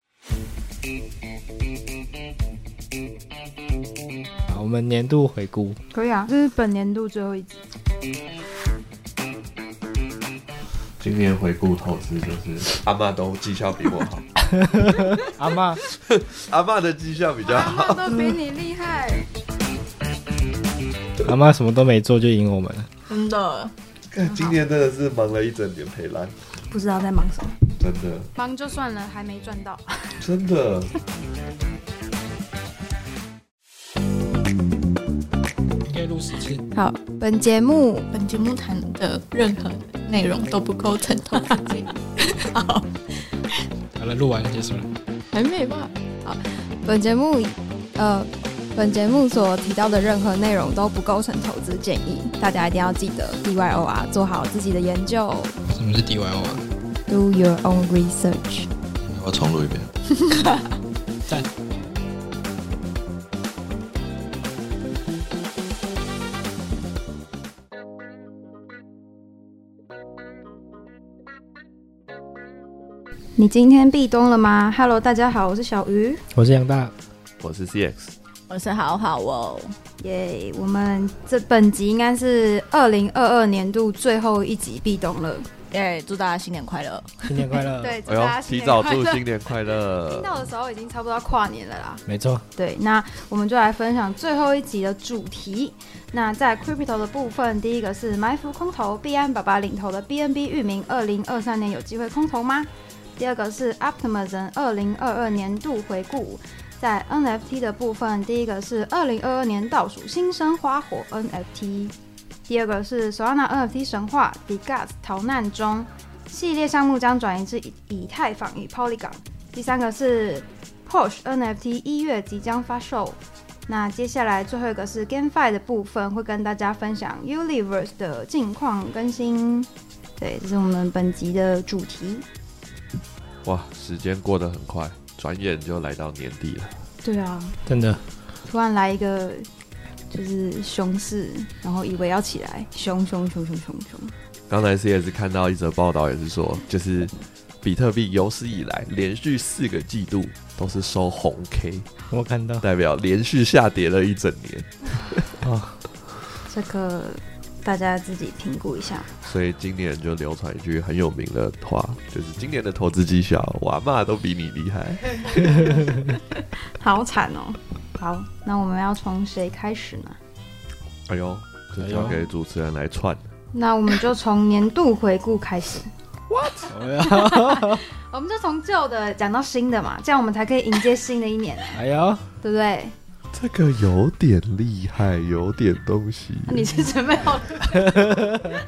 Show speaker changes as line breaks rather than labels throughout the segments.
啊好，我们年度回顾，
可以啊，这是本年度最后一集。
今年回顾投资就是阿嬷都绩效比我好，
阿妈，
阿嬷的绩效比较好。
妈都比你厉害，
阿妈什么都没做就赢我们了。
真的
看今年真的是忙了一整年陪蓝，
不知道在忙什么。
真的
忙就算了，还没赚到。
真的。
应该录十次，
好，
本节目
本节目谈的任何内容都不构成投资建议。好，
好了，录完了结束了。
还没吧？
本节目呃，本节目所提到的任何内容都不构成投资建议，大家一定要记得 D Y O R 做好自己的研究
什么是 DYO 啊？
，Do your own research。
我重录一遍。
赞。
你今天壁咚了吗？Hello，大家好，我是小鱼。
我是杨大，
我是 CX，
我是好好哦，
耶我们这本集应该是二零二二年度最后一集壁咚了。
耶！祝大家新年快乐！
新年快乐。
对，祝大
哎呦，
家新
提
年
早
快
祝
乐。
新年快
听
乐！
到的时候已经差不多要跨年了啦。
没错，
对，那我们就来分享最后一集的主题。那在 crypto 的部分，第一个是埋伏空投，币安爸爸领投的 BNB 域名，二零二三年有机会空投吗？第二个是 Optimism 二零二二年度回顾。在 NFT 的部分，第一个是二零二二年倒数新生花火 NFT，第二个是 Solana NFT 神话 b e g a s 逃难中系列项目将转移至以以太坊与 Polygon，第三个是 Porsche NFT 一月即将发售。那接下来最后一个是 GameFi 的部分，会跟大家分享 Universe 的近况更新。对，这是我们本集的主题。
哇，时间过得很快，转眼就来到年底了。
对啊，
真的。
突然来一个就是熊市，然后以为要起来，熊熊熊熊熊熊。
刚才 CX 看到一则报道，也是说，就是比特币有史以来连续四个季度都是收红 K，
我看到
代表连续下跌了一整年。
啊，
这个大家自己评估一下。
所以今年就流传一句很有名的话，就是今年的投资绩效，我阿嬷都比你厉害。
好惨哦。好，那我们要从谁开始呢？
哎呦，这交给主持人来串。
那我们就从年度回顾开始。
哎呀，
我们就从旧的讲到新的嘛，这样我们才可以迎接新的一年，
哎呦，
对不对？
这个有点厉害，有点东西。
那你是准备好了？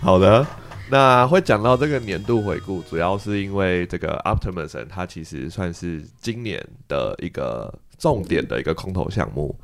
好的，那会讲到这个年度回顾，主要是因为这个 Optimism 它其实算是今年的一个重点的一个空投项目。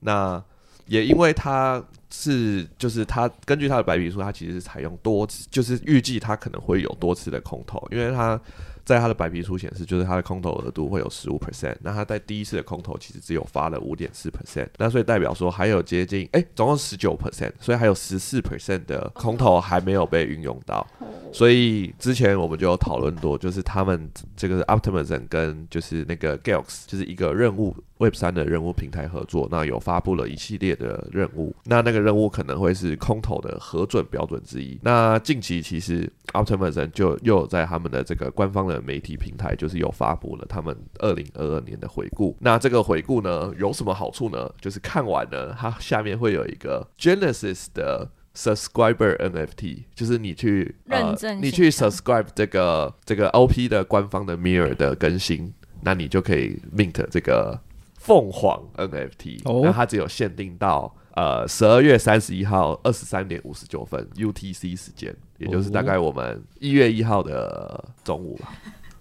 那也因为它是，就是它根据它的白皮书，它其实是采用多次，就是预计它可能会有多次的空投，因为它在它的白皮书显示，就是它的空投额度会有十五 percent。那它在第一次的空投其实只有发了五点四 percent，那所以代表说还有接近哎、总共十九 percent，所以还有十四 percent 的空投还没有被运用到。所以之前我们就有讨论过，就是他们这个 Optimism 跟就是那个 Galax，就是一个任务 Web 三的任务平台合作，那有发布了一系列的任务，那那个任务可能会是空投的核准标准之一。那近期其实 Optimism 就又有在他们的这个官方的媒体平台，就是有发布了他们二零二二年的回顾。那这个回顾呢，有什么好处呢？就是看完呢，它下面会有一个 Genesis 的 subscriber NFT，就是你去呃
认证
你去
欣赏
subscribe 这个这个 OP 的官方的 Mirror 的更新，那你就可以 mint 这个凤凰 NFT，、
哦
那它只有限定到呃十二月三十一号二十三点五十九分 UTC 时间，也就是大概我们一月一号的中午吧，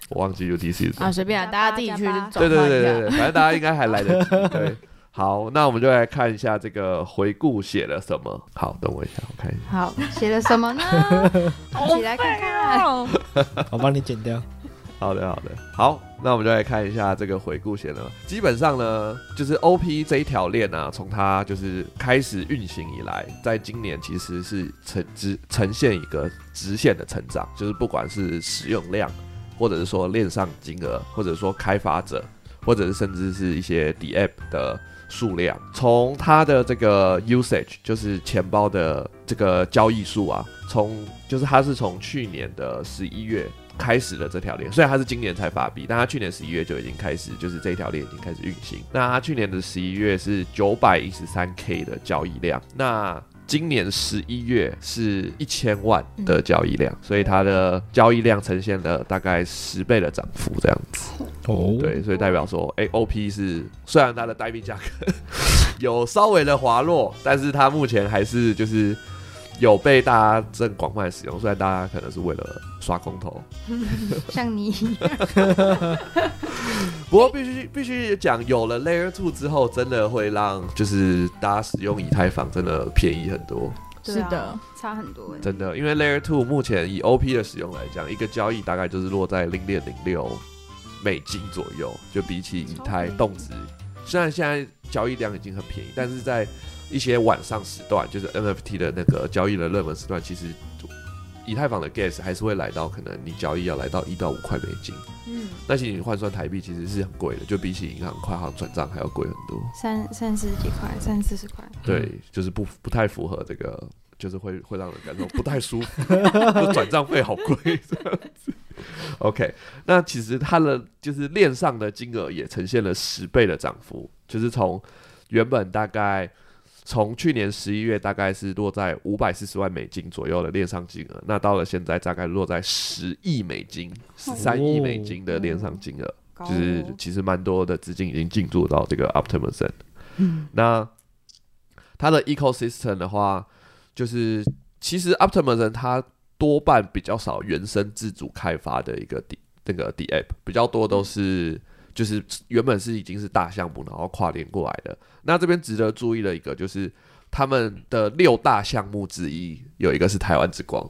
我忘记 UTC 是什么
啊，随便啊，
加八
大家自己去
加八
对
转换一
对
下。
对对对，反正大家应该还来得及。对，好，那我们就来看一下这个回顾写了什么。好，等我一下，我看一下。
好，写了什么呢？ 一起来看看。
哦
我帮你剪掉。
好的，好的，好，那我们就来看一下这个回顾写了。基本上呢，就是 OP 这一条链啊，从它就是开始运行以来，在今年其实是呈直呈现一个直线的成长，就是不管是使用量。或者是说链上金额，或者说开发者，或者是甚至是一些 D App 的数量。从它的这个 usage，就是钱包的这个交易数啊，从就是它是从去年的十一月。开始了这条链，虽然它是今年才发币，但它去年十一月就已经开始，就是这一条链已经开始运行。那它去年的十一月是九百一十三 K 的交易量，那今年十一月是一千万的交易量，所以它的交易量呈现了大概十倍的涨幅，这样子。
哦，
对，所以代表说，哎、o p 是虽然它的代币价格 有稍微的滑落，但是它目前还是就是有被大家正广泛使用，虽然大家可能是为了刷空头。
像你，
不过必须必须讲，有了 Layer Two 之后，真的会让就是大家使用以太坊真的便宜很多，
对
是
啊
的，
差很多哎。
真的。因为 Layer Two 目前以 OP 的使用来讲，一个交易大概就是落在零点零六美金左右，就比起以太
超便宜
动值，虽然现在交易量已经很便宜，但是在一些晚上时段，就是 NFT 的那个交易的热门时段，其实以太坊的 Gas 还是会来到可能你交易要来到一到五块美金。
嗯，
那其实你换算台币其实是很贵的，就比起银行跨行转账还要贵很多。
三三十几块，三四十块，
对，就是不不太符合这个，就是会会让人感受不太舒服，就转账费好贵这样子。OK，那其实它的就是链上的金额也呈现了十倍的涨幅，就是从原本大概从去年十一月大概是落在五百四十万美金左右的链上金额，那到了现在大概落在十亿美金、十三亿美金的链上金额。
高
就是
哦
其实蛮多的资金已经进驻到这个 Optimism。那
嗯
它的 ecosystem 的话，就是其实 Optimism 它多半比较少原生自主开发的一个 D 那个 D app，比较多都是就是原本是已经是大项目，然后跨年过来的。那这边值得注意的一个就是。他们的六大项目之一有一个是台湾之光，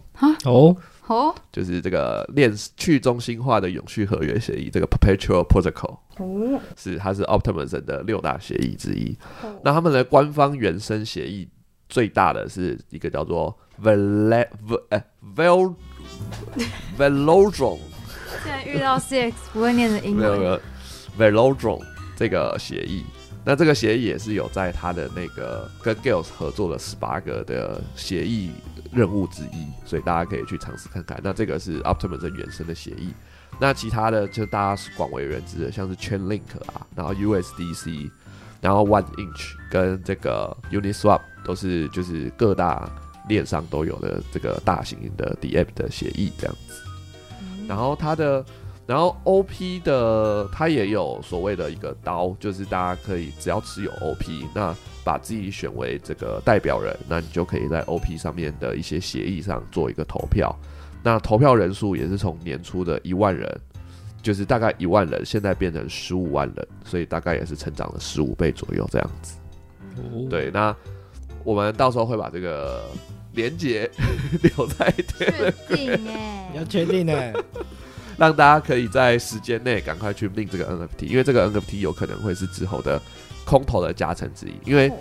哦，
哦
就是这个链去中心化的永续合约协议，这个 Perpetual Protocol。
哦，
是它是 Optimism 的六大协议之一。那他们的官方原生协议最大的是一个叫做 Vela Vel 呃 Vel Velodron
现在遇到 CX 不会念的英
没有没
文，
有 Velodron 这个协议。那这个协议也是有在它的那个跟 Gales 合作的十八个的协议任务之一，所以大家可以去尝试看看。那这个是 Optimism 原生的协议。那其他的就大家广为人知的，像是 Chainlink 啊，然后 USDC，然后 One Inch 跟这个 Uniswap 都是就是各大链上都有的这个大型的 DApp 的协议这样子。然后它的，然后 OP 的它也有所谓的一个刀，就是大家可以只要持有 OP，那把自己选为这个代表人，那你就可以在 OP 上面的一些协议上做一个投票。那投票人数也是从年初的一万人，就是大概一万人，现在变成十五万人，所以大概也是成长了十五倍左右这样子。
哦，
对，那我们到时候会把这个连接 留在
确定 哎
要，确定呢，
让大家可以在时间内赶快去命这个 NFT，因为这个 NFT 有可能会是之后的空投的加成之一。因为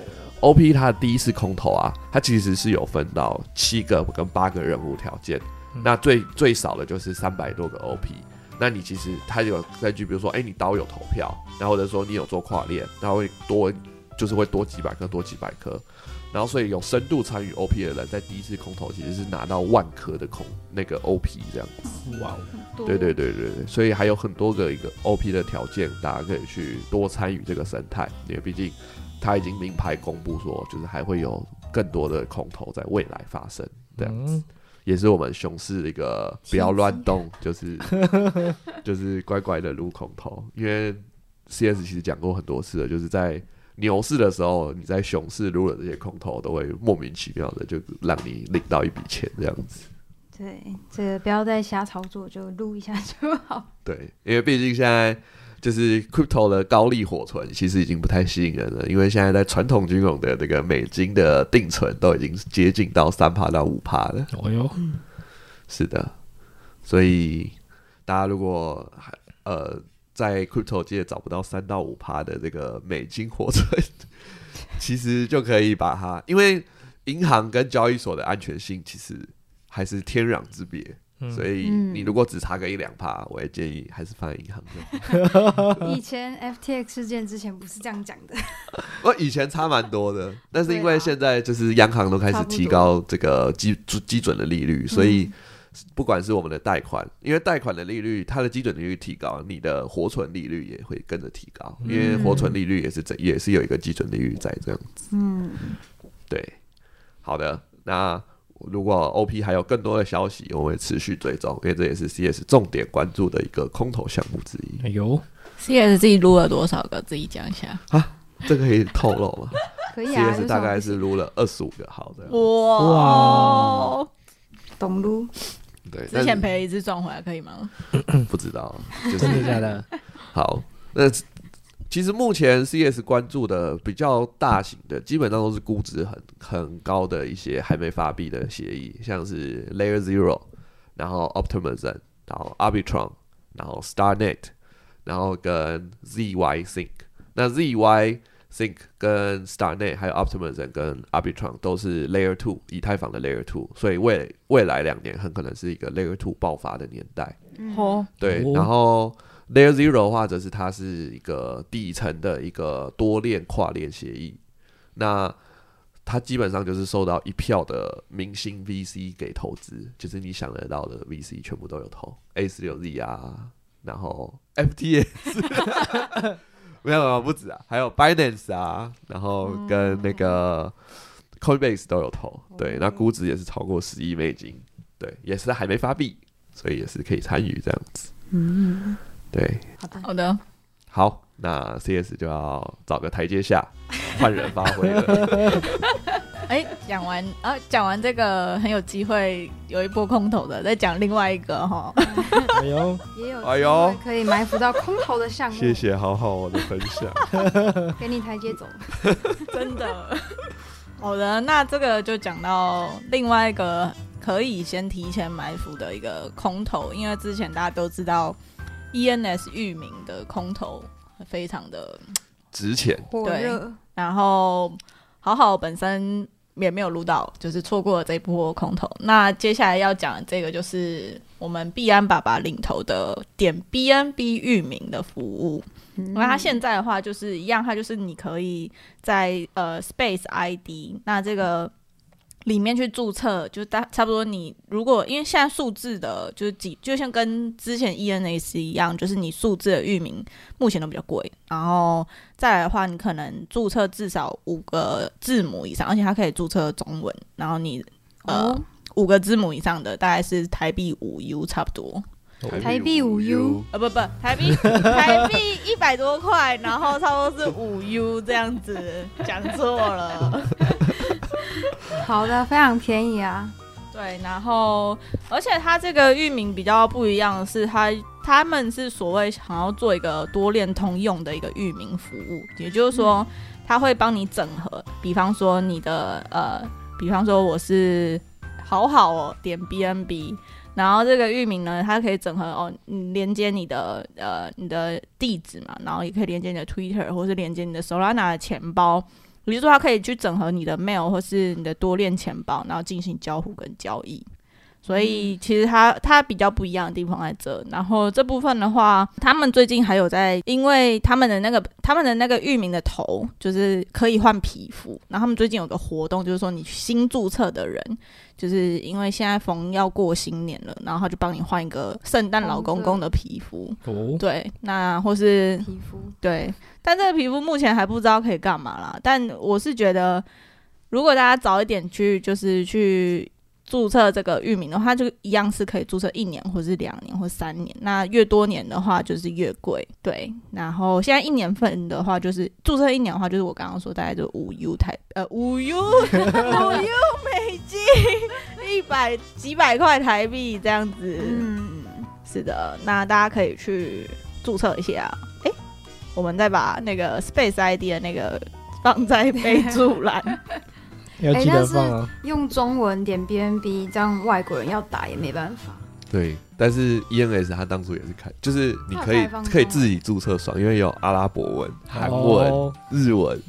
OP 它的第一次空投啊，它其实是有分到七个跟八个任务条件，
嗯
那最最少的就是三百多个 OP。那你其实它有根据，比如说，哎、你刀有投票，然后或者说你有做跨链，然后会多就是会多几百颗，多几百颗。然后所以有深度参与 OP 的人，在第一次空投其实是拿到万颗的空那个 OP 这样。
哇哦
多
对对对对对，所以还有很多个一个 OP 的条件，大家可以去多参与这个生态，因为毕竟它已经明牌公布说，就是还会有更多的空头在未来发生，这样
嗯，
也是我们熊市的一个不要乱动，就是就是乖乖的撸空头，因为 CS 其实讲过很多次了，就是在。牛市的时候，你在熊市撸了这些空头，都会莫名其妙的就让你领到一笔钱这样子。
对，这个不要再瞎操作，就录一下就好。
对，因为毕竟现在就是 crypto 的高利活存，其实已经不太吸引人了。因为现在在传统金融的这个美金的定存都已经接近到三趴到五趴了。
哦哟，
是的，所以大家如果还呃在 crypto 界找不到三到五趴的这个美金活存，其实就可以把它，因为银行跟交易所的安全性其实还是天壤之别。
嗯
所以
嗯
你如果只差个一两趴，我也建议还是放在银行用。
以前 FTX 事件之前不是这样讲的，
我以前差蛮多的，但是因
对
为
啊
现在就是央行都开始提高这个基基准的利
嗯
率，所以不管是我们的贷款，因为贷款的利率它的基准利率提高，你的活存利率也会跟着提高，因为活存利率也是这也是有一个基准利率在这样。
嗯，
对，好的，那如果 OP 还有更多的消息，我们会持续追踪，因为这也是 CS 重点关注的一个空投项目之一。
哎呦，
CS 自己撸了多少个？自己讲一下。
这个可以透露 吗
可以啊，
？CS 大概是撸了二十五个号这样，
哇
哇！
懂撸，
对，
之前
但
赔一次赚回来可以吗？
是不知道，
嗯
就
真的
是
假的？
好，那。其实目前 CS 关注的比较大型的，基本上都是估值很很高的一些还没发币的协议，像是 Layer Zero，然后 Optimism，然后 Arbitron，然后 StarNet，然后跟 ZY Sync。那 ZY Sync 跟 StarNet 还有 Optimism 跟 Arbitron 都是 Layer Two 以太坊的 Layer Two，所以未未来两年很可能是一个 Layer Two 爆发的年代。
嗯
哦，
对，
哦
然后 Layer Zero 的话，则是它是一个底层的一个多链跨链协议，那它基本上就是受到一票的明星 VC 给投资，就是你想得到的 VC 全部都有投，A 十六 Z 啊，然后 FTS，没有没有不止啊，还有 Binance 啊，然后跟那个 Coinbase 都有投，对，那估值也是超过十亿美金，对，也是还没发币，所以也是可以参与这样子，
嗯，
对。
好的，
好的，
好，那 CS 就要找个台阶下，换人发挥了。
哎，讲完啊，讲完这个很有机会有一波空头的，再讲另外一个哈，
哎呦，
也有
哎呦
机会可以埋伏到空头的项目，
谢谢好好我的分享。
给你台阶走，
真的。 好的，那这个就讲到另外一个可以先提前埋伏的一个空头，因为之前大家都知道 ENS 域名的空头非常的
值钱，
火热，
然后好好本身也没有录到，就是错过了这一波空投。那接下来要讲的这个就是我们币安爸爸领头的点 BNB 域名的服务。那它现在的话就是一样，它就是你可以在呃 Space ID 那这个里面去注册，就是大差不多你如果因为现在数字的就是几，就像跟之前 E ENAC 一样，就是你数字的域名目前都比较贵，然后再来的话，你可能注册至少五个字母以上，而且它可以注册中文，然后你呃、
哦
五个字母以上的大概是台币五 U 差不多。
台币五 U
呃，不不，台 币台币一百多块，然后差不多是五 U 这样子，讲错了。
好的，非常便宜啊，
对，然后而且它这个域名比较不一样的是它，他们是所谓想要做一个多链通用的一个域名服务，也就是说，它会帮你整合，比方说你的呃，比方说我是好好哦点 BNB。然后这个域名呢，它可以整合哦，你连接你的呃你的地址嘛，然后也可以连接你的 Twitter 或是连接你的 Solana 的钱包，比如说，它可以去整合你的 mail 或是你的多链钱包，然后进行交互跟交易。所以其实它它比较不一样的地方在这。然后这部分的话，他们最近还有在，因为他们的那个他们的那个域名的头就是可以换皮肤，然后他们最近有个活动，就是说你新注册的人，就是因为现在逢要过新年了，然后他就帮你换一个圣诞老公公的皮肤。
哦，
对，那或是
皮肤
对，但这个皮肤目前还不知道可以干嘛啦。但我是觉得，如果大家早一点去，就是去注册这个域名的话，它就一样是可以注册一年，或是两年，或三年。那越多年的话，就是越贵。对，然后现在一年份的话，就是注册一年的话，就是我刚刚说大概就五 U 台，呃，五 U 五 U 美金，一百几百块台币这样子。
嗯，
是的，那大家可以去注册一下。哎、我们再把那个 Space ID 的那个放在备注栏。
要
哎
记得
但是
放啊，
用中文点 BNB，这样外国人要打也没办法，
对，但是 E ENS 它当初也是开，就是你可
它有
以
开放吗
哎
可以自己注册爽，因为有阿拉伯文、韩文、
哦
日文，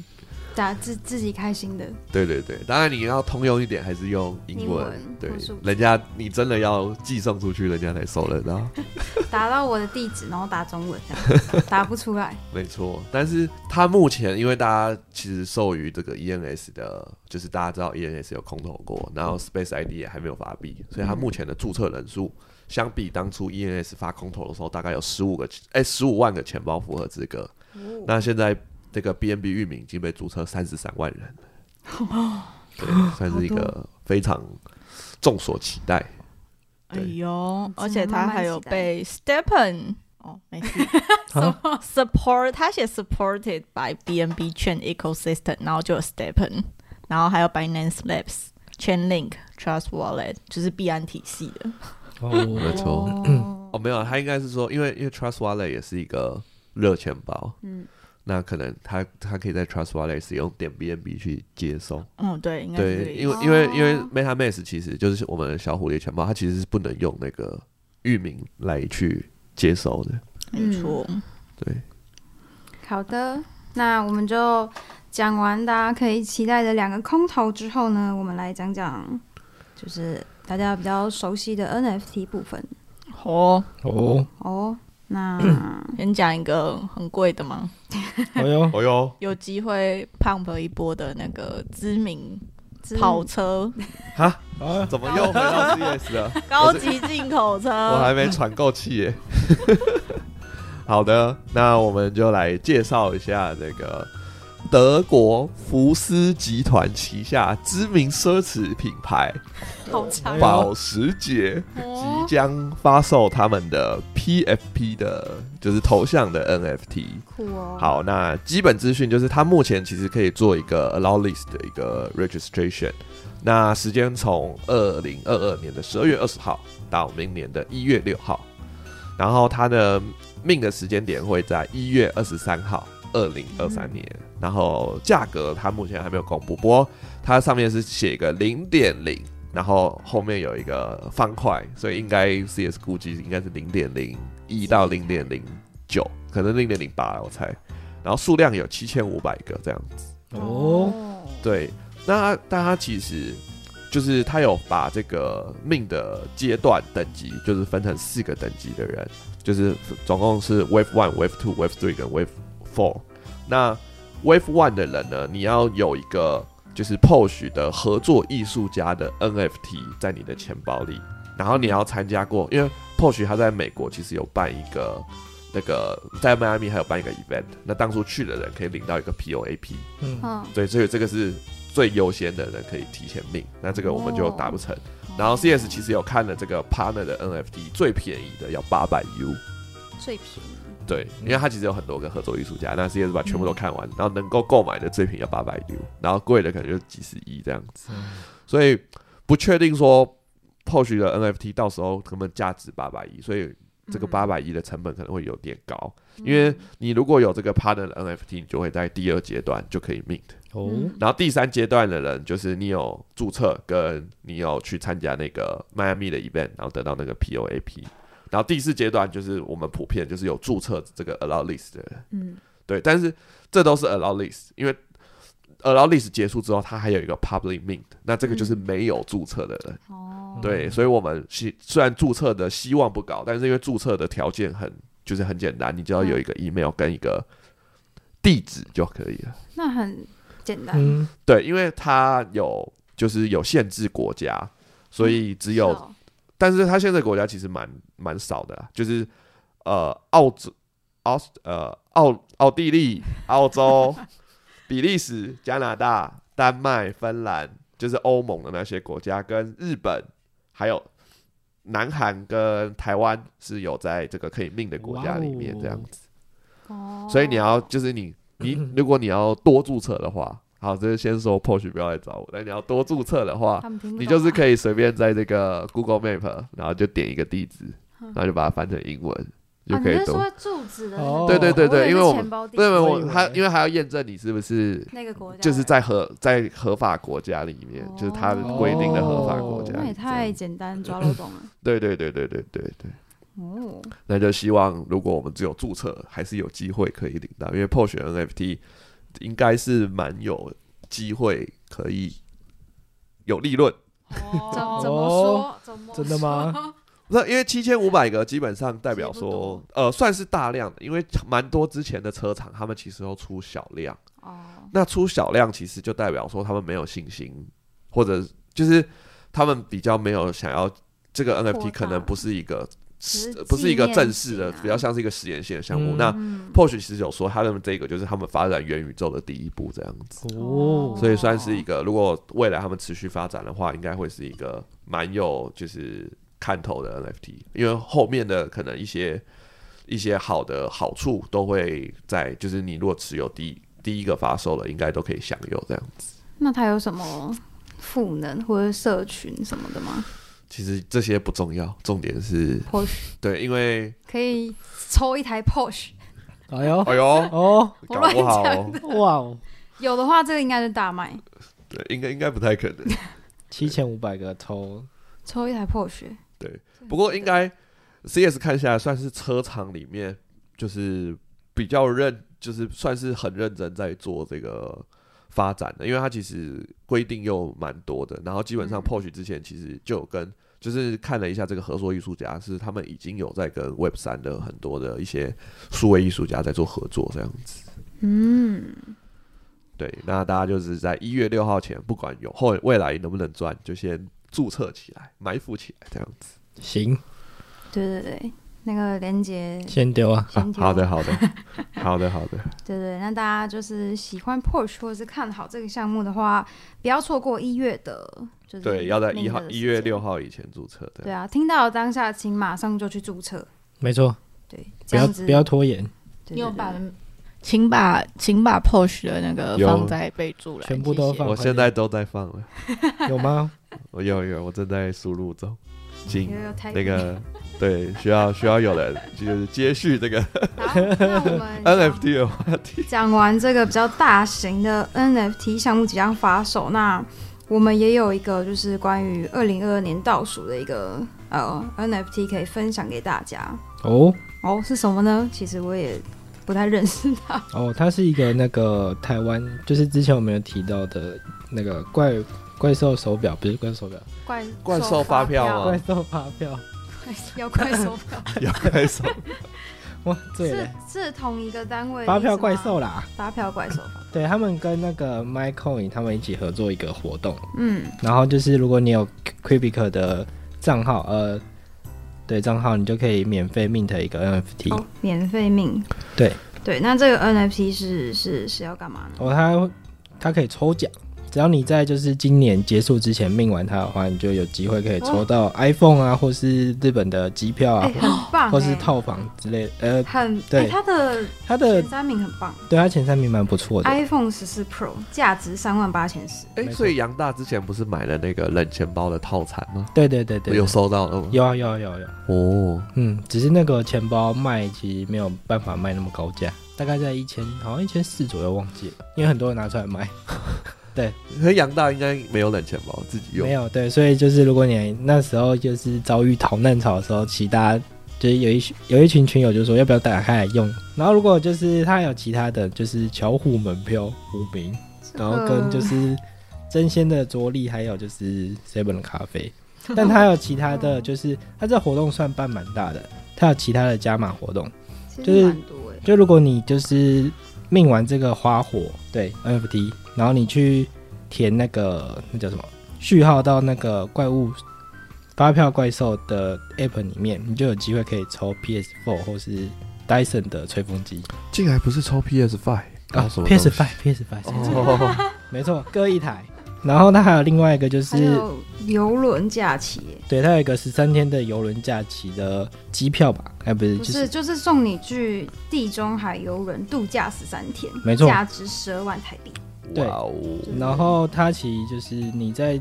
大家自自己开心的。
对对对，当然你要通用一点，还是用英
英
文。
文
对
或数，
人家你真的要寄送出去，人家才收得到。
打到我的地址，然后打中文， 这样打不出来。
没错，但是它目前因为大家其实授予这个 ENS 的，就是大家知道 ENS 有空投过，然后 Space ID 也还没有发币，所以它目前的注册人数相比当初 ENS 发空投的时候，大概有十五个哎十五万个钱包符合资格。那现在这个 BNB 域名已经被注册三十三万人了，对，算是一
好
个非常众所期待。
哎
对
呦，而
只
且
能
他
慢慢
还
期
有
待
被 Stepen 哦，没事
啊
，support 他写 supported by BNB Chain Ecosystem，然后就有 Stepen，然后还有 Binance Labs、Chainlink、Trust Wallet，就是币安体系的。
没
哦，
错，
哦
哦，没有，他应该是说，因为因为 Trust Wallet 也是一个热钱包，
嗯，
那可能他他可以在 Trust Wallet 使用点 BNB 去接收。
嗯，对，应该是这个
对，
意
因
思哦
为因为因为 MetaMask 其实就是我们的小蝴蝶钱包，它其实是不能用那个域名来去接收的。
没错。
对，
好的，那我们就讲完大家可以期待的两个空投之后呢，我们来讲讲就是大家比较熟悉的 NFT 部分
好哦，
哦，
哦。那
先讲一个很贵的嘛，
哎呦，
哦哟，
有机会 pump 一波的那个知名
之
跑 车，
啊，
怎么又回到 CS 了？
高级进口车。
我还没喘够气耶。 好的，那我们就来介绍一下这个德国福斯集团旗下知名奢侈品牌
好长
哎呦
保时捷
哦
即将发售他们的 PFP 的，就是头像的 NFT。
酷哦，，
好，那基本资讯就是它目前其实可以做一个 allow list 的一个 registration，那时间从二零二二年的十二月二十号到明年的一月六号，然后它的命的时间点会在一月二十三号，二零二三年，然后价格它目前还没有公布，不过它上面是写一个零点零。然后后面有一个方块，所以应该 CS 估计应该是零点零一到零点零九，可能零点零八，我猜。然后数量有七千五百个这样子。
哦，，
对，那但它其实就是它有把这个命的阶段等级，就是分成四个等级的人，就是总共是 Wave One、Wave Two、Wave Three 跟 Wave Four。那 Wave One 的人呢，你要有一个就是 POSH 的合作艺术家的 NFT 在你的钱包里，然后你要参加过，因为 POSH 他在美国其实有办一个。那个在迈阿密还有办一个 event，那当初去的人可以领到一个 POAP，
嗯，
嗯，
对，所以这个是最优先的人可以提前命，那这个我们就达不成。然后 CS 其实有看了这个 Partner 的 NFT，最便宜的要八百 U，
最便宜，
对，因为它其实有很多个合作艺术家，那 CS 把全部都看完，然后能够购买的最便宜要八百 U，然后贵的可能就几十亿这样子，所以不确定说 POSH 的 NFT 到时候可能价值八百亿，所以这个
嗯
八百亿的成本可能会有点高，因为你如果有这个 Partner 的 NFT，你就会在第二阶段就可以命。
哦，
嗯
然后第三阶段的人，就是你有注册，跟你有去参加那个迈阿密的 event，然后得到那个 POAP。然后第四阶段就是我们普遍就是有注册这个 allow list 的人，
嗯，
对，但是这都是 allow list，因为 allow list 结束之后，它还有一个 public mint，那这个就是没有注册的人，
哦，
对，所以我们希虽然注册的希望不高，但是因为注册的条件很就是很简单，你只要有一个 email 跟一个地址就可以了。
那很简单，
嗯，
对，因为它有就是有限制国家，所以只有，
是哦
但是它现在国家其实蛮蛮少的啊，就是呃澳洲、澳呃澳奥地利、澳洲、比利时、加拿大、丹麦、芬兰，就是欧盟的那些国家，跟日本还有。南韩跟台湾是有在这个可以命的国家里面这样子，
哦，
所以你要就是你 你如果你要多注册的话，好，这是先说 POSH 不要来找我，但你要多注册的话，
他们听不懂啊，
你就是可以随便在这个 Google Map，然后就点一个地址，
嗯
然后就把它翻成英文，就
啊，
可
你
以
是
多。
说住址的那
哦
个，
对对
对对
以
因为
是
我们
钱包地
不是不是，
我以
我
为
他因为还要验证你是不是
那个国家
就是
的
在合在合法国家里面，就是他规定的合法国家
哦那
里
也
这
太
样
简单抓漏洞了。
对对对对对对对。
哦，
那就希望如果我们只有注册，还是有机会可以领到，因为 POSH NFT 应该是蛮有机会可以有利润。
怎
哦
怎么说？怎么
真的吗？
那因为七千五百个基本上代表
差不
说
多，
呃，算是大量的，因为蛮多之前的车厂他们其实都出小量，
说？哦，
那出小量其实就代表说他们没有信心，或者就是他们比较没有想要这个
扩
NFT
大
可能不是一个
只是
不是一个
纪念
正式的
性，啊
比较像是一个实验性的项目。
嗯
那
嗯，
或许其实有说他们这个就是他们发展元宇宙的第一步这样子，
哦，
所以算是一个，如果未来他们持续发展的话，应该会是一个蛮有就是看头的 NFT，因为后面的可能一些一些好的好处都会在，就是你如果持有第一第一个发售了，应该都可以享有这样。
那它有什么赋能或者社群什么的吗？
其实这些不重要，重点是
Posh
对，因为
可以抽一台 Posh，
哎呦，
哎呦，
哦，
我
搞
乱
不好
讲
哦，
哇哦，
有的话这个应该是大卖，
对，应该应该不太可能。
七千五百个抽，
抽一台 Posh，
不过应该 CS 看下来算是车厂里面就是比较认，就是算是很认真在做这个发展的，因为它其实规定又蛮多的，然后基本上
嗯
POSH 之前其实就有跟。就是看了一下这个合作艺术家，是他们已经有在跟 Web 三的很多的一些数位艺术家在做合作，这样子。
嗯，
对，那大家就是在一月六号前，不管有后未来能不能赚，就先注册起来，埋伏起来，这样子。
行，
对对对，那个连接
先丢啊，
先丢、
好的，好的， 好的，好的。
对对，那大家就是喜欢 Porsche 或者是看好这个项目的话，不要错过一月的，就是
对，要在
那
一
个
号
时
一月
间
六。号以前注册
对
的。
啊，听到当下请马上就去注册。
没错，
对，
不
这
要
样子
不要拖延，
对
你有
对对
把，请把请把 POSH 的那个
有
放在备注栏，
全部都
谢谢
放
我现在都在放了，
有吗？
我有有，我正在输入中，请
有有台
嗯那个嗯对需要需要有人就是接续这个
好，那我 们
NFT 的话题。
讲完这个比较大型的 NFT 项目即将发售，那我们也有一个就是关于二零二二年倒数的一个呃 NFT 可以分享给大家。
哦
哦，是什么呢？其实我也不太认识它。
哦，它是一个那个台湾，就是之前我们有提到的那个怪怪兽手表，不是怪兽手表，
怪
怪兽发票吗
怪兽发票，
怪 要怪兽发票
要 开始
哇， 对
是
了，
是同一个单位的
发票怪
意思吗，
兽啦，
发票怪兽发票，
对他们跟那个 MyCoin 他们一起合作一个活动。
嗯，
然后就是如果你有 Quibic 的账号，呃，对账号，你就可以免费 mint 一个 NFT。
哦，免费命，
对
对，那这个 NFT 是是是要干嘛呢？
哦，它它可以抽奖，只要你在就是今年结束之前命完它的话，你就有机会可以
哦
抽到 iPhone 啊，或是日本的机票啊
哎，，很棒，
或是
哎
套房之类的。呃，
很，
对
哎，它的
它的
前三名很棒
对它前三名蛮不错的。
，iPhone 十四 Pro 价值三万八千四，
哎，
没错
所以杨大之前不是买了那个冷钱包的套餐吗？
对对对对
有，收到了吗？
有啊有啊有啊有啊，
哦，
嗯，只是那个钱包卖其实没有办法卖那么高价，大概在一千，好像一千四左右，忘记了，因为很多人拿出来卖。
可是杨大应该没有冷钱包，自己用
没。有对，所以就是如果你那时候就是遭遇逃难潮的时候，其实大家就是有一群有一群群友就说要不要打开来用，然后如果就是他有其他的就是巧虎门票五名，然后跟就是真鲜的着力，还有就是 Seven 的咖啡，但他有其他的就是他这活动算办蛮大的，他有其他的加码活动，
其
就
实
是
蛮多哎，
就如果你就是命完这个花火，对 NFT，然后你去填那个那叫什么序号到那个怪物发票怪兽的 App 里面，你就有机会可以抽 PS4 或是 Dyson 的吹风机
进来不是抽 PS Five
啊
什么东西
，PS5 PS5，
哦，
没错，各一台。然后它还有另外一个就
还
是，
有游轮假期，
对，它有一个十三天的游轮假期的机票吧，哎，不是，就
不
是是
就是送你去地中海游轮度假十三天，
没错
价值十二万台币，
对
哇哦，
然后它其实就是你在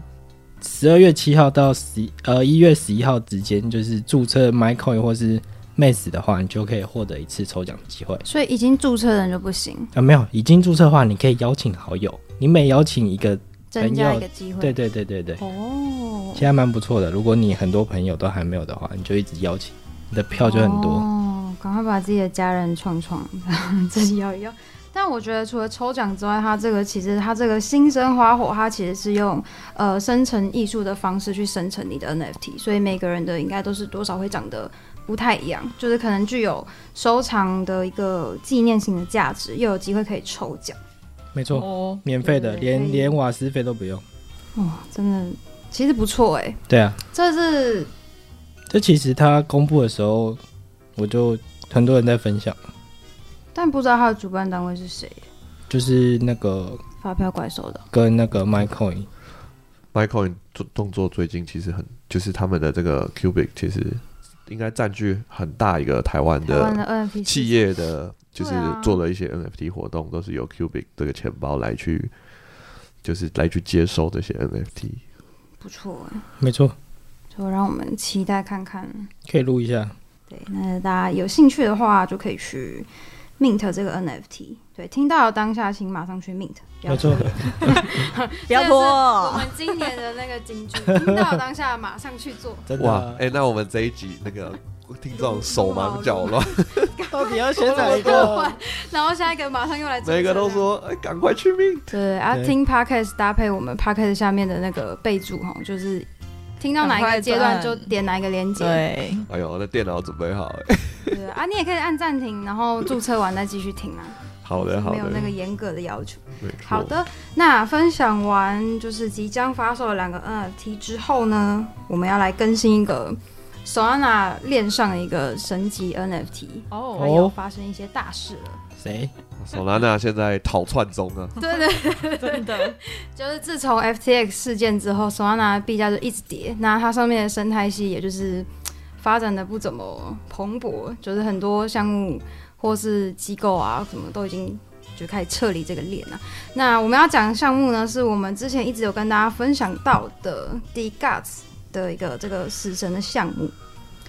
十二月七号到十呃一月十一号之间，就是注册 MyCoin 或是 Max 的话，你就可以获得一次抽奖机会。
所以已经注册的人就不行，
啊，没有，已经注册的话，你可以邀请好友，你每邀请一个，
增加一个机会，
哎对对对对对，
哦，
现在蛮不错的。如果你很多朋友都还没有的话，你就一直邀请，你的票就很多。
哦 哦，赶快把自己的家人创创，自己要要但我觉得除了抽奖之外，它这个其实它这个新生花火，它其实是用呃生成艺术的方式去生成你的 NFT，所以每个人的应该都是多少会长得不太一样，就是可能具有收藏的一个纪念性的价值，又有机会可以抽奖。
没错，
哦，
免费的，
对可
连
以
连瓦斯费都不用。
哇、真的其实不错哎、
对啊，
这是
这其实他公布的时候，我就很多人在分享，
但不知道它的主办单位是谁，
就是那个
发票怪兽的。
跟那个 MyCoin，
Michael 动动作最近其实很，就是他们的这个 Cubic 其实应该占据很大一个台湾
台湾的啊
的
NFT
企业的，就是
对啊
做了一些 NFT 活动，都是由 Cubic 这个钱包来去，就是来去接收这些 NFT。
不错哎、
没错，
就让我们期待看看。
可以录一下。
对，那大家有兴趣的话，就可以去 mint 这个 NFT。对，听到当下请马上去 mint，不要
没错，
不要
我
拖，
们今年的那个金 句，听到当下马上去做。
真的
哇
啊，，
哎、那我们这一集那个听众手忙 脚乱，
到底要选哪一
然后
个？
然后下一个马上又来，
每个都。说，哎、赶快去命。
对啊，
对
听 podcast 搭配我们 podcast 下面的那个备注哈，就是听到哪一个阶段
赶快
就
按
点哪一个链接。
对，
哎呦，那电脑准备好、哎，
对啊，你也可以按暂停，然后注册完再继续听啊。
好的，好
没有
的，
那个严格的要求。
没错
好，的，那分享完就是即将发售的两个 NFT 之后呢，我们要来更新一个 Solana 链上的一个神级 NFT，它
哦，
又发生一些大事了。
谁？
索拉娜现在逃窜中啊，
对对，
真的，
就是自从 FTX 事件之后，Solana 的币价就一直跌，那它上面的生态系也就是发展的不怎么蓬勃，就是很多项目或是机构啊什么都已经就开始撤离这个链啊。那我们要讲的项目呢，是我们之前一直有跟大家分享到的 D Guts 的一个这个死神的项目。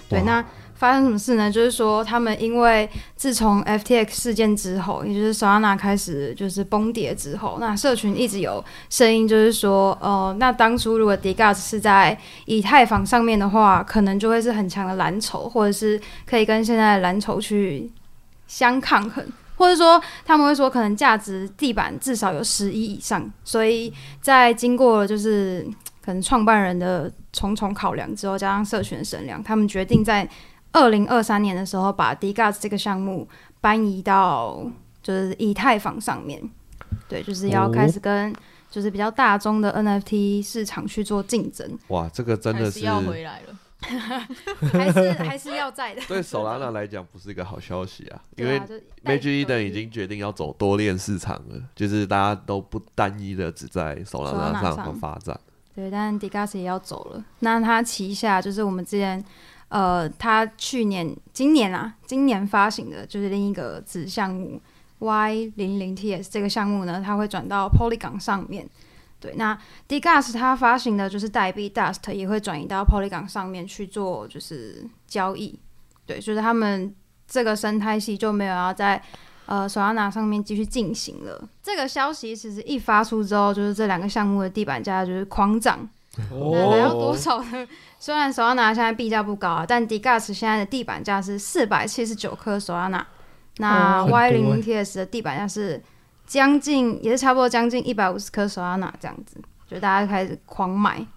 对，
哇
那发生什么事呢？就是说他们因为自从 FTX 事件之后，也就是 Solana 开始就是崩跌之后，那社群一直有声音，就是说，呃，那当初如果 D Guts 是在以太坊上面的话，可能就会是很强的蓝筹，或者是可以跟现在的蓝筹去相抗衡，或者说他们会说可能价值地板至少有十一以上，所以在经过了就是嗯可能创办人的重重考量之后，加上社群的审量，他们决定在二零二三年的时候把 d g a s 这个项目搬移到就是以太坊上面，对，就是要
哦
开始跟就是比较大宗的 NFT 市场去做竞争。
哇，这个真的
还
是
要回来了，
还是还是要在的。
对索拉娜来讲不是一个好消息啊，因
对
为
啊就
Magic Eden 已经决定要走多链市场了，就是大家都不单一的只在索拉娜
Solana 上
上发展。
对，但 d i g a s 也要走了。那他旗下就是我们之前呃，他去年今年啊，今年发行的就是另一个子项目 Y 零零 TS 这个项目呢，它会转到 Polygon 上面。对，那 d i g a s 它发行的就是代币 Dust 也会转移到 Polygon 上面去做就是交易。对，就是他们这个生态系就没有要在呃 Solana 上面继续进行了。这个消息其实一发出之后，就是这两个项目的地板价就是狂涨，
哦
那来到多少呢？虽然 Solana 现在币价不高啊，但 d g a s 现在的地板价是四百七十九颗 Solana，那
哦
Y
很
零
多
零 TS 的地板价是将近，也是差不多将近一百五十颗 Solana 这样子，就大家开始狂买，然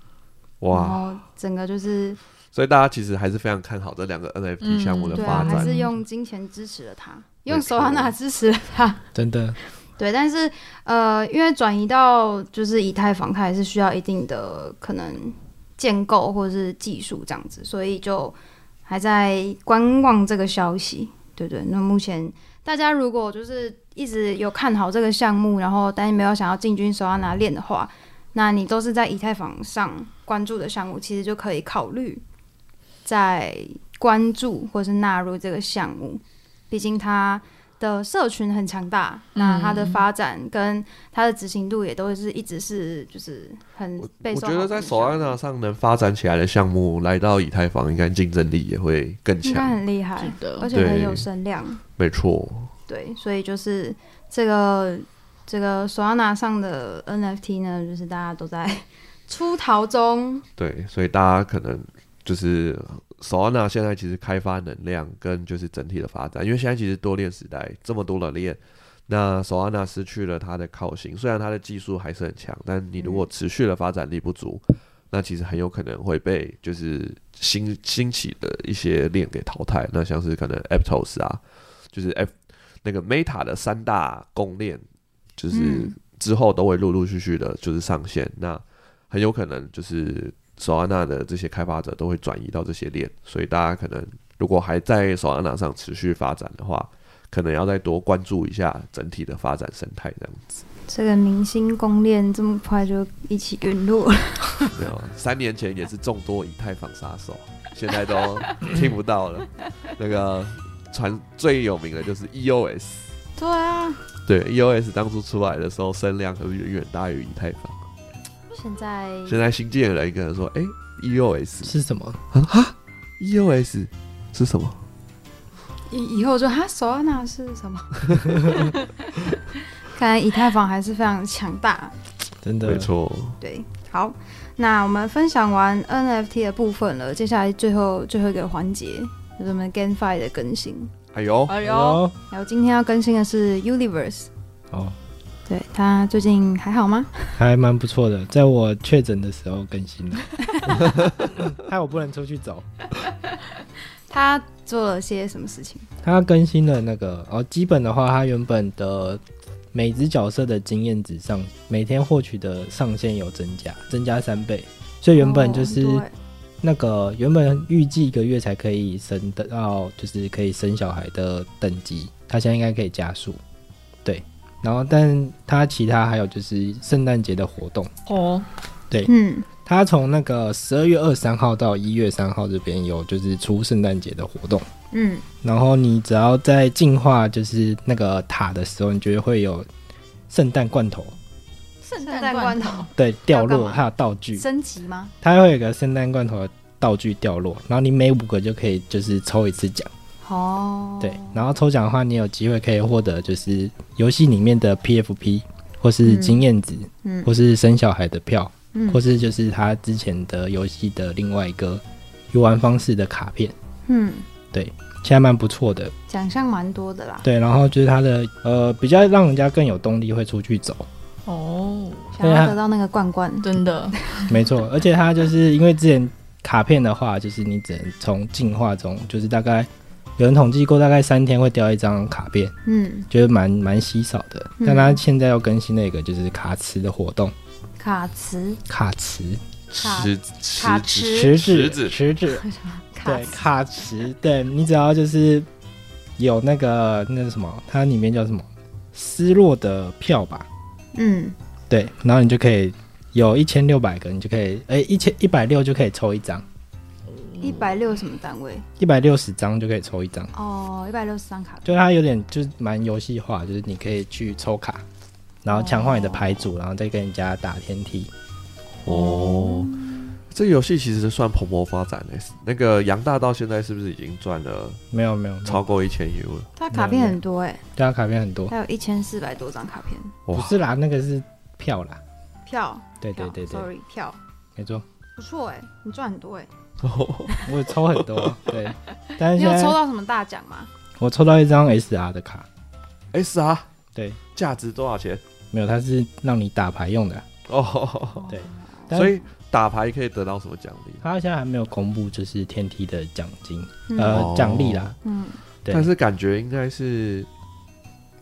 哇，
后整个就是
所以大家其实还是非常看好这两个 NFT
嗯
项目的
对
发
啊，还
展。
是用金钱支持了它，用
没错
Solana 支持了它。
真的
对，但是呃，因为转移到就是以太坊，它还是需要一定的可能建构或者是技术这样子，所以就还在观望这个消息。对对，那目前大家如果就是一直有看好这个项目，然后但是没有想要进军手要拿链的话，那你都是在以太坊上关注的项目，其实就可以考虑在关注或是纳入这个项目，毕竟它的社群很强大，那它的发展跟它的执行度也都是一直是就是很
我
备
我
受
觉
好评的
得在
项
索
目
拉娜上能发展起来的项目，来到以太坊应该竞争力也会更
应该
强。
很厉害，
的
而且很
对
有声量。
没错，
对，所以就是这个这个 Solana 上的 NFT 呢，就是大家都在出逃中。
对，所以大家可能就是索拉娜现在其实开发能量跟就是整体的发展，因为现在其实多链时代这么多的链，那索安娜失去了它的靠型，虽然它的技术还是很强，但你如果持续的发展力不足，那其实很有可能会被就是新兴起的一些链给淘汰。那像是可能 Aptos 啊，就是 F 那个 Meta 的三大供链，就是
嗯
之后都会陆陆续续的就是上线。那很有可能就是索安娜的这些开发者都会转移到这些链，所以大家可能如果还在索安娜上持续发展的话，可能要再多关注一下整体的发展生态，这样子。
这个明星公链这么快就一起陨落了，
没有，三年前也是众多以太坊杀手，现在都听不到了。那个传最有名的就是 EOS，
对啊，
对 EOS 当初出来的时候声量可是远远大于以太坊。
现在
现在新进的人可能说，哎、e o s
是什么？
啊哈，EOS 是什么？
以以后就哈手安娜是什 么？看来以太坊还是非常强大。
真的
没错，
对，好，那我们分享完 NFT 的部分了，接下来最后最后一个环节就是我们 GameFi 的更新。
哎呦，
哎呦，
哦
然后今天要更新的是 Universe，
哦，
对他最近还好吗？
还蛮不错的，在我确诊的时候更新了， 害我不能出去走。
他做了些什么事情？
它更新了那个哦，基本的话，它原本的每只角色的经验值上，每天获取的上限有增加，增加三倍。所以原本就是
哦对
那个原本预计一个月才可以生的到，就是可以生小孩的等级，它现在应该可以加速。对，然后但它其他还有就是圣诞节的活动，
哎
哦，
嗯，
它从那个十二月二三号到一月三号这边有就是出圣诞节的活动。
嗯，
然后你只要在进化就是那个塔的时候，你觉得会有圣诞罐头
圣
圣诞
诞
罐
罐
头
头，
对掉
要干
落，
嘛
还有道具，
升级吗？
它会有一个圣诞罐头的道具掉落，然后你每五个就可以就是抽一次奖，
哦，
对，然后抽奖的话，你有机会可以获得就是游戏里面的 PFP，或是经验值，
嗯
或是生小孩的票，
嗯
或是就是它之前的游戏的另外一个游玩方式的卡片，
嗯，
现在蛮不错的。
奖项蛮多的啦，
对，然后就是它的呃比较让人家更有动力会出去 走。
哦，
想
对
要
啊
得到那个罐罐，
真的，
没错，而且它就是因为之前卡片的话，就是你只能从进化中，就是大概有人统计过，大概三天会掉一张卡片，
嗯，
觉得蛮蛮稀少的。
嗯
但它现在又更新了一个就是卡池的活动，
卡池，
卡池
卡
池
卡
池
池
池子池
子
子
池子，
卡
对
池
卡池，对你只要就是有那个那是什么，它里面叫什么失落的票吧，
嗯，
对，然后你就可以有一千六百个，你就可以哎一千一百六就可以抽一张。
一百六什么单位？
一百六十张就可以抽一张，
哦，一百六十张卡，
就它有点就是蛮游戏化，就是你可以去抽卡，然后强化你的牌组，然后再跟人家打天梯。
哦，这个游戏其实算蓬勃发展的、那个杨大到现在是不是已经赚了
没有没有，没有
超过一千 U 了？
他卡片很多哎、
对啊，卡片很多
他，有一千四百多张卡片
不
哇，
是啦，那个是票啦，
票，
对对
票
对对，
，sorry 票，
没错，
不错哎、你赚很多哎、
我有抽很 多，对，但是
你
现
有抽
在
到什么大奖吗？
我抽到一张 SR 的卡，
S R
对，
哎啊价值多少钱？
没有，它是让你打牌用的，
哦，
对但
所以打牌可以得到什么奖励？
它现在还没有公布就是天梯的奖金，
嗯
呃，奖励
哦
啦，
嗯，
对
但是感觉应该是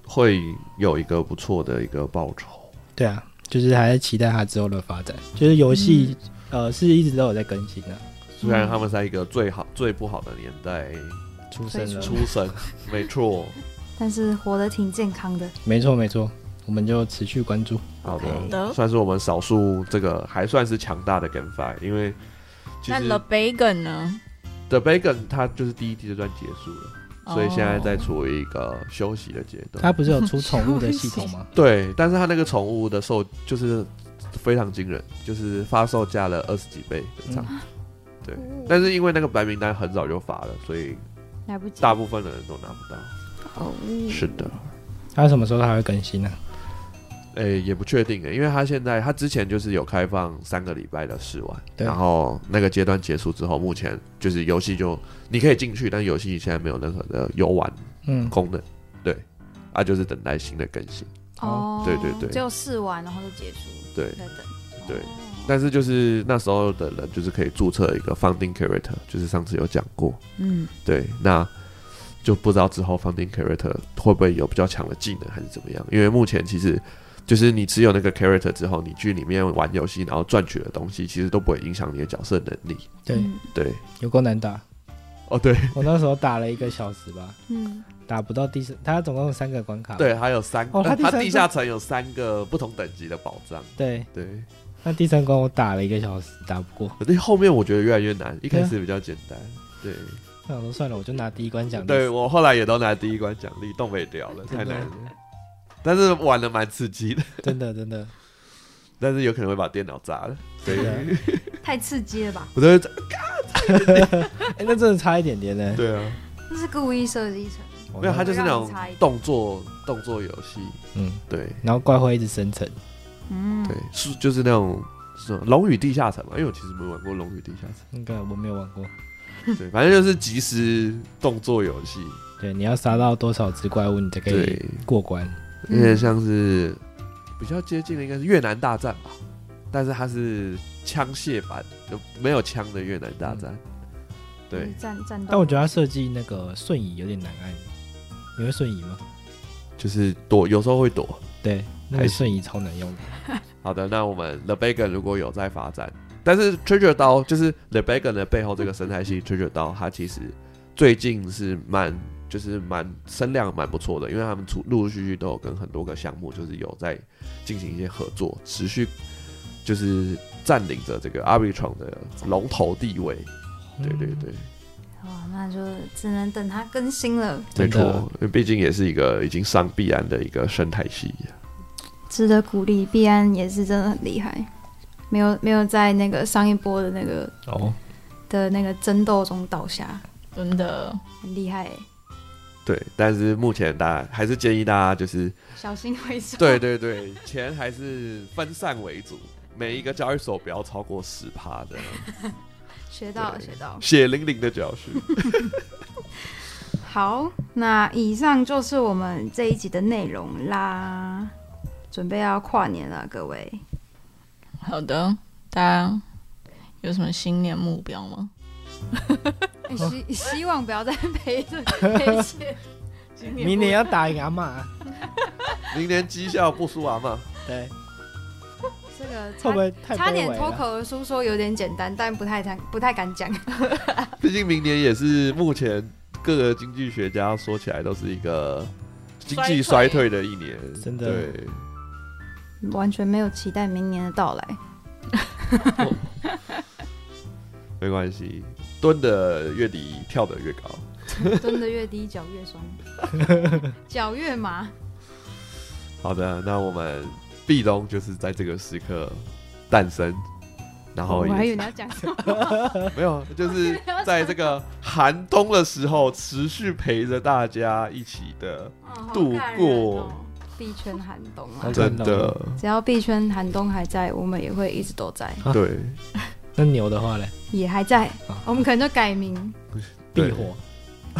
会有一个不错的一个报酬。
对啊，就是还在期待它之后的发展，就是游戏、
嗯
呃是一直都有在更新的、啊
虽然他们在一个最
嗯
好、最不好的年代
出生了，
出 生，没错。
但是活得挺健康的，
没错没错，我们就持续关注。
好
OK
的，
的
算是我们少数这个还算是强大的 GameFi，因为其
那
实
The Bacon 呢？
The Bacon 它就是第一阶段结束了，所以现在在
哦
处于一个休息的阶段。
它不是有出宠物的系统 吗？
对，但是它那个宠物的售就是非常惊人，就是发售价了二十几倍这样。对，但是因为那个白名单很早就发了，所以
来不及
大部分的人都拿不到。
哦，
是的，
它什么时候它会更新呢、啊
诶、也不确定诶，因为它现在它之前就是有开放三个礼拜的试玩，
对
然后那个阶段结束之后，目前就是游戏就你可以进去，但游戏现在没有任何的游玩
嗯，
功能。对，啊，就是等待新的更新。
哦，
对对对
只有试完然后就结束，
对
再等。
对
哦，
但是就是那时候的人就是可以注册一个 funding creator，就是上次有讲过，
嗯，
对，那就不知道之后 funding creator 会不会有比较强的技能还是怎么样？因为目前其实就是你持有那个 character 之后，你去里面玩游戏，然后赚取的东西，其实都不会影响你的角色能力。
对，啊
嗯
对，
有够难打。
哦对
我那时候打了一个小时吧，
嗯，
打不到第四，它总共有三个关卡。
对，还有三，
哦
它
它第三
地下层有三个不同等级的宝藏。
对，
对，
那第三关我打了一个小时，打不过。
可是后面我觉得越来越难，一
对啊
开始比较简单。对，
那我说算了，我就拿第一关奖励。
对我后来也都拿第一关奖励，动没掉了，太
真的
难了。但是玩的蛮刺激的，
真的真的，
但是有可能会把电脑砸了。对
真的，
太刺激了吧？
我都会这
哎，那真的差一点点呢。
对啊，
这是故意设计成的，
我
没有，它
那
就是那
我让
种
你猜一个
动作动作游戏，
嗯，
对
然后怪会一直生成。
嗯
对，是就是那种是吗龙与地下城嘛，因为我其实没玩过龙与地下城，
那个我没有玩过。
对，反正就是即时动作游戏，
对，你要杀到多少只怪物，你才可以
对，
过关？
有
嗯
点像是比较接近的应该是越南大战吧，但是它是枪械版，就没有枪的越南大战，对
嗯，战战斗。
但我觉得它设计那个瞬移有点难按，你会瞬移吗？
就是躲，有时候会躲，
对，那
还
个
行
瞬移超难用的。
好的，那我们 The Bagon 如果有在发展，但是 Treasure 刀就是 The Bagon 的背后这个生态系 Treasure 刀，它其实最近是蛮就是蛮声量蛮不错的，因为他们出陆陆续续都有跟很多个项目就是有在进行一些合作，持续就是占领着这个 Arbitron 的龙头地位。对对对，
嗯
哇，那就只能等它更新了，
没
真的
错，因为毕竟也是一个已经上必然的一个生态系。
值得鼓励。必安也是真的很厉害，没有没有在那个上一波的那个
哦，
的那个争斗中倒下，
真的，
很厉害欸，
对，但是目前大家还是建议大家就是
小心为上。
对对对，钱还是分散为主，每一个交易所不要超过十趴的，
学到了，
对
学到了。
血淋淋的教训。
好，那以上就是我们这一集的内容啦。准备要跨年了，各位。
好的，大家有什么新年目标吗？
欸 希希望不要再赔这赔钱。
明年要打赢阿嬷。啊
明年绩效不输阿嘛，
对，
这 个
会不
差
会太
差
卑
点
微啊
脱
了
口而出说有点简单，但不太敢不太敢讲。
毕竟明年也是目前各个经济学家说起来都是一个经济衰
衰退
退的一年，
真的
对。
完全没有期待明年的到来。
没关系，蹲的越低，跳的越高。
蹲得越低，脚越酸， 脚越麻。
好的，那我们壁咚就是在这个时刻诞生，然后
哦我还以为
也
你要讲什么，
没有，就是
我还以为要
在这个寒冬的时候，持续陪着大家一起 的，
哦
度
好感人
过
哦币圈寒冬啊
好！
真
感
的，
只要币圈寒冬还在，我们也会一直都在，
啊
对
那牛的话嘞，
也还在
啊。
我们可能就改名，
避
对
火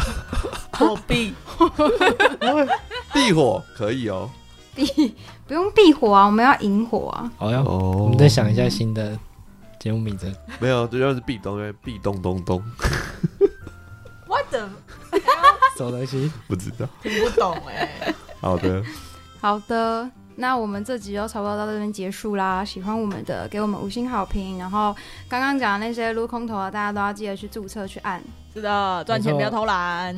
货币，
地哎火可以哦。
不用避火啊，我们要引火啊。
哦，要
哦，
我们再想一下新的节目名称。
没有，这就是壁咚，因为壁咚咚咚，
什么东西？
不知道。
听不懂哎。
好 的，
好的，那我们这集就差不多到这边结束啦。喜欢我们的，给我们五星好评。然后刚刚讲的那些撸空投啊，大家都要记得去注册去按。
是的，赚钱不要偷懒，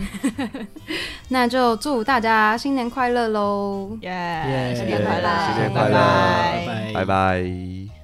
那就祝大家新年快乐喽！
耶！
新
哎新
年
年
快
快
乐
乐，
新年
快乐
拜
拜
拜
拜拜。